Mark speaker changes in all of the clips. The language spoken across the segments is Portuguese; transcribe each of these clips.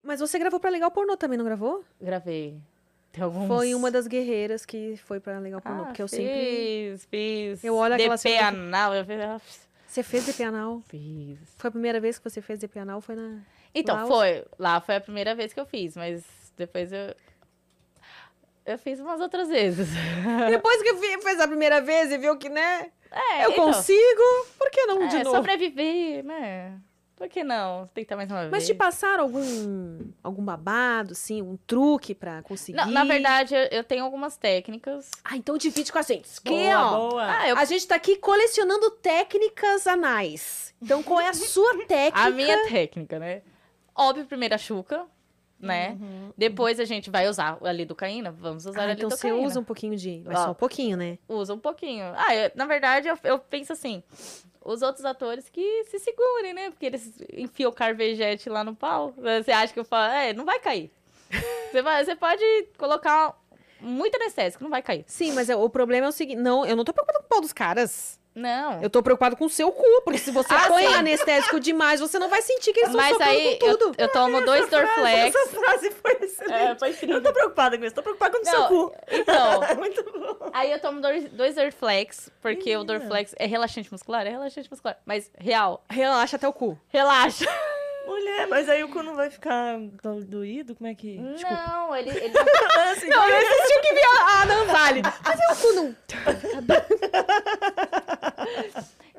Speaker 1: Mas você gravou pra Legal Pornô também, não gravou?
Speaker 2: Gravei. Tem alguns... Ah,
Speaker 1: Foi uma das guerreiras que foi pra Legal Pornô. porque eu
Speaker 2: fiz,
Speaker 1: sempre.
Speaker 2: Fiz,
Speaker 1: Eu olho aquela
Speaker 2: DP
Speaker 1: cena-
Speaker 2: anal, eu fiz... ah,
Speaker 1: Você fez DP anal?
Speaker 2: Fiz.
Speaker 1: Foi a primeira vez que você fez DP anal? Foi na.
Speaker 2: Então,
Speaker 1: Lá os-
Speaker 2: foi. Lá foi a primeira vez que eu fiz, mas depois eu... Eu fiz umas outras vezes.
Speaker 1: Depois que vi- fez a primeira vez e viu que, né?
Speaker 2: É,
Speaker 1: eu
Speaker 2: então,
Speaker 1: consigo, por que não de
Speaker 2: é,
Speaker 1: novo?
Speaker 2: sobreviver, né? Por que não? Tentar mais uma
Speaker 1: Mas tipo,
Speaker 2: vez.
Speaker 1: te passaram algum, algum babado, assim, um truque pra conseguir?
Speaker 2: Na, na verdade, eu, eu tenho algumas técnicas.
Speaker 1: Ah, então divide com a gente. Que,
Speaker 3: boa,
Speaker 1: ó.
Speaker 3: boa.
Speaker 2: Ah, eu-
Speaker 1: A gente tá aqui colecionando técnicas anais. Então, qual é a sua técnica?
Speaker 2: a minha técnica, né? Óbvio, primeiro a chuca, né?
Speaker 3: Uhum.
Speaker 2: Depois a gente vai usar a lidocaína, vamos usar
Speaker 1: Hum. Ah,
Speaker 2: a
Speaker 1: então
Speaker 2: lidocaína.
Speaker 1: você usa um pouquinho de. Mas
Speaker 2: Ó.
Speaker 1: só um pouquinho, né?
Speaker 2: Usa um pouquinho. Ah, eu- na verdade, eu, eu penso assim, os outros atores que se segurem, né? Porque eles enfiam o carvejete lá no pau. Você acha que eu falo, é, não vai cair. você, vai- você pode colocar muito anestésico, não vai cair.
Speaker 1: Sim, mas é- o problema é o seguinte. Não, eu não tô preocupada com o pau dos caras.
Speaker 2: Não.
Speaker 1: Eu tô preocupada com o seu cu, porque se você
Speaker 2: Ah,
Speaker 1: põe
Speaker 2: sim.
Speaker 1: anestésico demais, você não vai sentir que eles estão
Speaker 2: Mas
Speaker 1: socando
Speaker 2: aí,
Speaker 1: com tudo.
Speaker 2: eu, eu tomo dois Dorflex.
Speaker 3: Essa frase foi excelente.
Speaker 2: É, foi
Speaker 3: eu não tô preocupada com isso, tô preocupada com o seu
Speaker 2: Não,
Speaker 3: cu. É
Speaker 2: Então,
Speaker 3: Muito bom.
Speaker 2: Aí eu tomo dois, dois Dorflex, porque o
Speaker 3: Menina.
Speaker 2: Dorflex é relaxante muscular, é relaxante muscular. Mas, real,
Speaker 1: Relaxa até o cu.
Speaker 2: relaxa.
Speaker 3: Mulher, mas aí o cu não vai ficar do- doído? Como é que.
Speaker 2: Não, ele... ele
Speaker 3: Assim, não,
Speaker 1: tinha que vir a Nanzali. Mas é o cu não.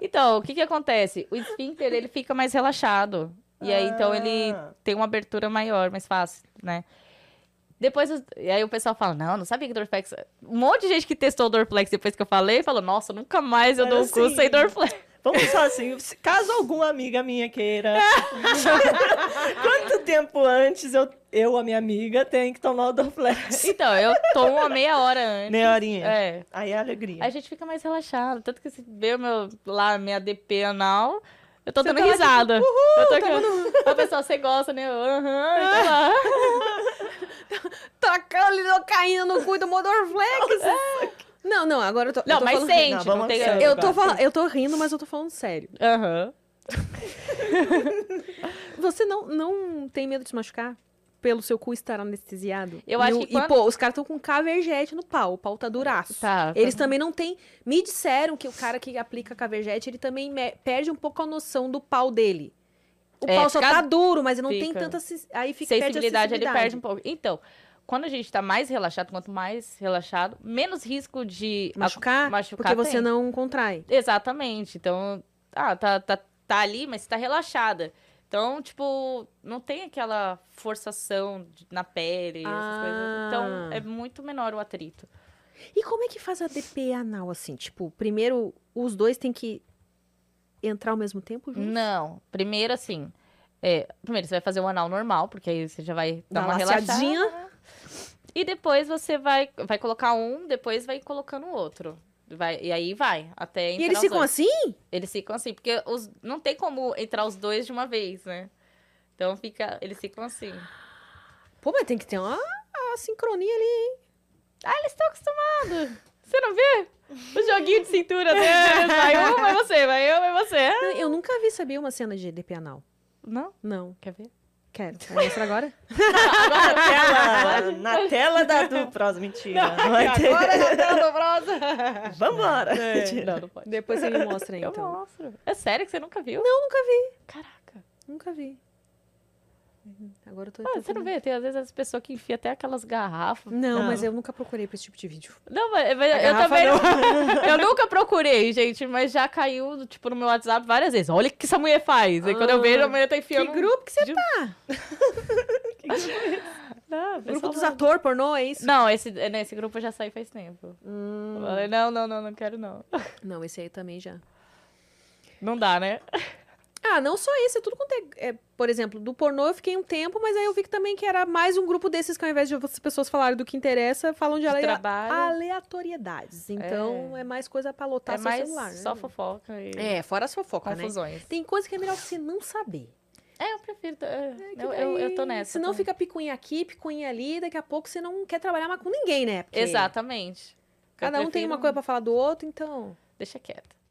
Speaker 2: Então, o que que acontece? O esfíncter, ele fica mais relaxado. E aí, então, ele
Speaker 3: Ah.
Speaker 2: tem uma abertura maior, mais fácil, né? Depois, os- e aí o pessoal fala, não, não sabia que Dorflex... Um monte de gente que testou o Dorflex depois que eu falei, falou, nossa, nunca mais eu
Speaker 3: Era
Speaker 2: dou um cu
Speaker 3: assim.
Speaker 2: sem Dorflex.
Speaker 3: Vamos só assim, se- caso alguma amiga minha queira. Quanto tempo antes eu, eu, a minha amiga, tenho que tomar o Dorflex?
Speaker 2: Então, eu tomo uma meia hora antes.
Speaker 3: Meia horinha.
Speaker 2: É,
Speaker 3: Aí é alegria.
Speaker 2: A gente fica mais relaxado. Tanto que se vê o meu, lá minha DP anal, eu tô
Speaker 1: Você
Speaker 2: dando
Speaker 1: tá lá, tá
Speaker 2: risada. eu tô aqui. ó. Ó, pessoal, você gosta, né? Eu, Aham, eu
Speaker 1: É.
Speaker 2: tô lá. Tá
Speaker 1: Tacando lidocaína no cu do Modorflex. Não, não, agora eu tô. eu
Speaker 2: Não,
Speaker 1: tô
Speaker 2: mas
Speaker 1: falando...
Speaker 2: sente,
Speaker 3: Não,
Speaker 2: não,
Speaker 3: vamos
Speaker 2: tem.
Speaker 3: sério.
Speaker 1: Eu tô, falando, eu tô rindo, mas eu tô falando sério.
Speaker 2: Aham.
Speaker 1: Você não, não tem medo de se machucar? Pelo seu cu estar anestesiado?
Speaker 2: Eu
Speaker 1: E
Speaker 2: acho
Speaker 1: o-
Speaker 2: que quando-
Speaker 1: E, pô, os caras estão com caverjete no pau. O pau tá duraço.
Speaker 2: Tá.
Speaker 1: Eles também não têm... Me disseram que o cara que aplica caverjete, ele também me- perde um pouco a noção do pau dele. O
Speaker 2: É,
Speaker 1: pau só
Speaker 2: fica-
Speaker 1: tá duro, mas ele não tem
Speaker 2: fica.
Speaker 1: tanta... sen- Aí fica, perde a
Speaker 2: sensibilidade, ele perde um
Speaker 1: sensibilidade.
Speaker 2: pouco. Então, quando a gente tá mais relaxado, quanto mais relaxado, menos risco de ac-
Speaker 1: Machucar,
Speaker 2: machucar
Speaker 1: porque você
Speaker 2: tem.
Speaker 1: não contrai.
Speaker 2: Exatamente. Então, ah, tá, tá, tá ali, mas tá relaxada. Então, tipo, não tem aquela forçação de- na pele, essas coisas. Então,
Speaker 1: Ah.
Speaker 2: é muito menor o atrito.
Speaker 1: E como é que faz a DP anal, assim? Tipo, primeiro, os dois têm que entrar ao mesmo tempo? juntos?
Speaker 2: Não, primeiro assim. é, primeiro você vai fazer o anal normal, porque aí você já vai
Speaker 1: Dá
Speaker 2: dar uma
Speaker 1: uma
Speaker 2: relaxadinha.
Speaker 1: laceadinha.
Speaker 2: E depois você vai, vai colocar um, depois vai colocando o outro. Vai, e aí vai, até
Speaker 1: E
Speaker 2: entrar
Speaker 1: eles
Speaker 2: os
Speaker 1: ficam
Speaker 2: dois.
Speaker 1: assim?
Speaker 2: Eles ficam assim, porque os, não tem como entrar os dois de uma vez, né? Então fica, eles ficam assim.
Speaker 1: Pô, mas tem que ter uma, uma sincronia ali.
Speaker 2: Ah, eles estão acostumados. Você não vê? O joguinho de cintura deles. Vai um, vai você, vai eu, vai você. Ah,
Speaker 1: né? Eu nunca vi, sabia, uma cena de DP anal.
Speaker 2: Não?
Speaker 1: Não,
Speaker 2: Quer ver?
Speaker 1: quero. Vai mostrar agora?
Speaker 2: Agora
Speaker 3: Na
Speaker 2: tela.
Speaker 3: tela, na tela da do Pros, mentira. Não, vai ter.
Speaker 2: Agora já tá dobrosa.
Speaker 3: Vambora.
Speaker 2: Não, não pode.
Speaker 1: Depois você me mostra,
Speaker 2: É. Eu
Speaker 1: então.
Speaker 2: mostro. É sério que você nunca viu? Não, nunca vi. Tá Caraca.
Speaker 1: Nunca vi. Uhum. Agora eu tô...
Speaker 2: Ah,
Speaker 1: tô
Speaker 2: você não
Speaker 1: vendo.
Speaker 2: vê? Tem às vezes as pessoas que enfiam até aquelas garrafas.
Speaker 1: Não,
Speaker 3: Não.
Speaker 1: mas eu nunca procurei pra esse tipo de vídeo.
Speaker 2: Não, mas, mas
Speaker 1: A
Speaker 2: eu
Speaker 1: garrafa
Speaker 2: também. não- eu nunca procurei, gente, mas já caiu, tipo, no meu WhatsApp várias vezes. Olha o que essa mulher faz. Aí quando eu
Speaker 1: Ah,
Speaker 2: vejo, a mulher tá enfiando.
Speaker 1: que grupo que você
Speaker 2: de-
Speaker 1: tá?
Speaker 2: Não, o
Speaker 1: Grupo
Speaker 2: pessoal
Speaker 1: dos
Speaker 2: vai-
Speaker 1: atores pornô, é isso?
Speaker 2: Não, esse, nesse grupo eu já saí faz tempo.
Speaker 1: Hum.
Speaker 2: Eu falei, não, não, não, não quero não.
Speaker 1: Não, esse aí também já.
Speaker 2: Não dá, né?
Speaker 1: Ah, não só esse, é tudo quanto é, é, Por exemplo, do pornô eu fiquei um tempo, mas aí eu vi que também que era mais um grupo desses que ao invés de as pessoas falarem do que interessa, falam de,
Speaker 2: De
Speaker 1: ale-
Speaker 2: trabalho.
Speaker 1: aleatoriedades. Então é, mais coisa pra lotar
Speaker 2: é
Speaker 1: seu
Speaker 2: mais
Speaker 1: celular, né?
Speaker 2: só fofoca e
Speaker 1: É, fora as fofocas, né?
Speaker 2: confusões.
Speaker 1: Tem coisa que é melhor você não saber.
Speaker 2: É, eu prefiro. é,
Speaker 1: Que
Speaker 2: eu, eu, eu tô
Speaker 1: daí,
Speaker 2: nessa.
Speaker 1: Senão
Speaker 2: também.
Speaker 1: fica picuinha aqui, picuinha ali, daqui a pouco você não quer trabalhar mais com ninguém, né? Porque
Speaker 2: Exatamente. Eu
Speaker 1: Cada um tem uma
Speaker 2: prefiro-
Speaker 1: coisa pra falar do outro, então.
Speaker 2: Deixa quieto.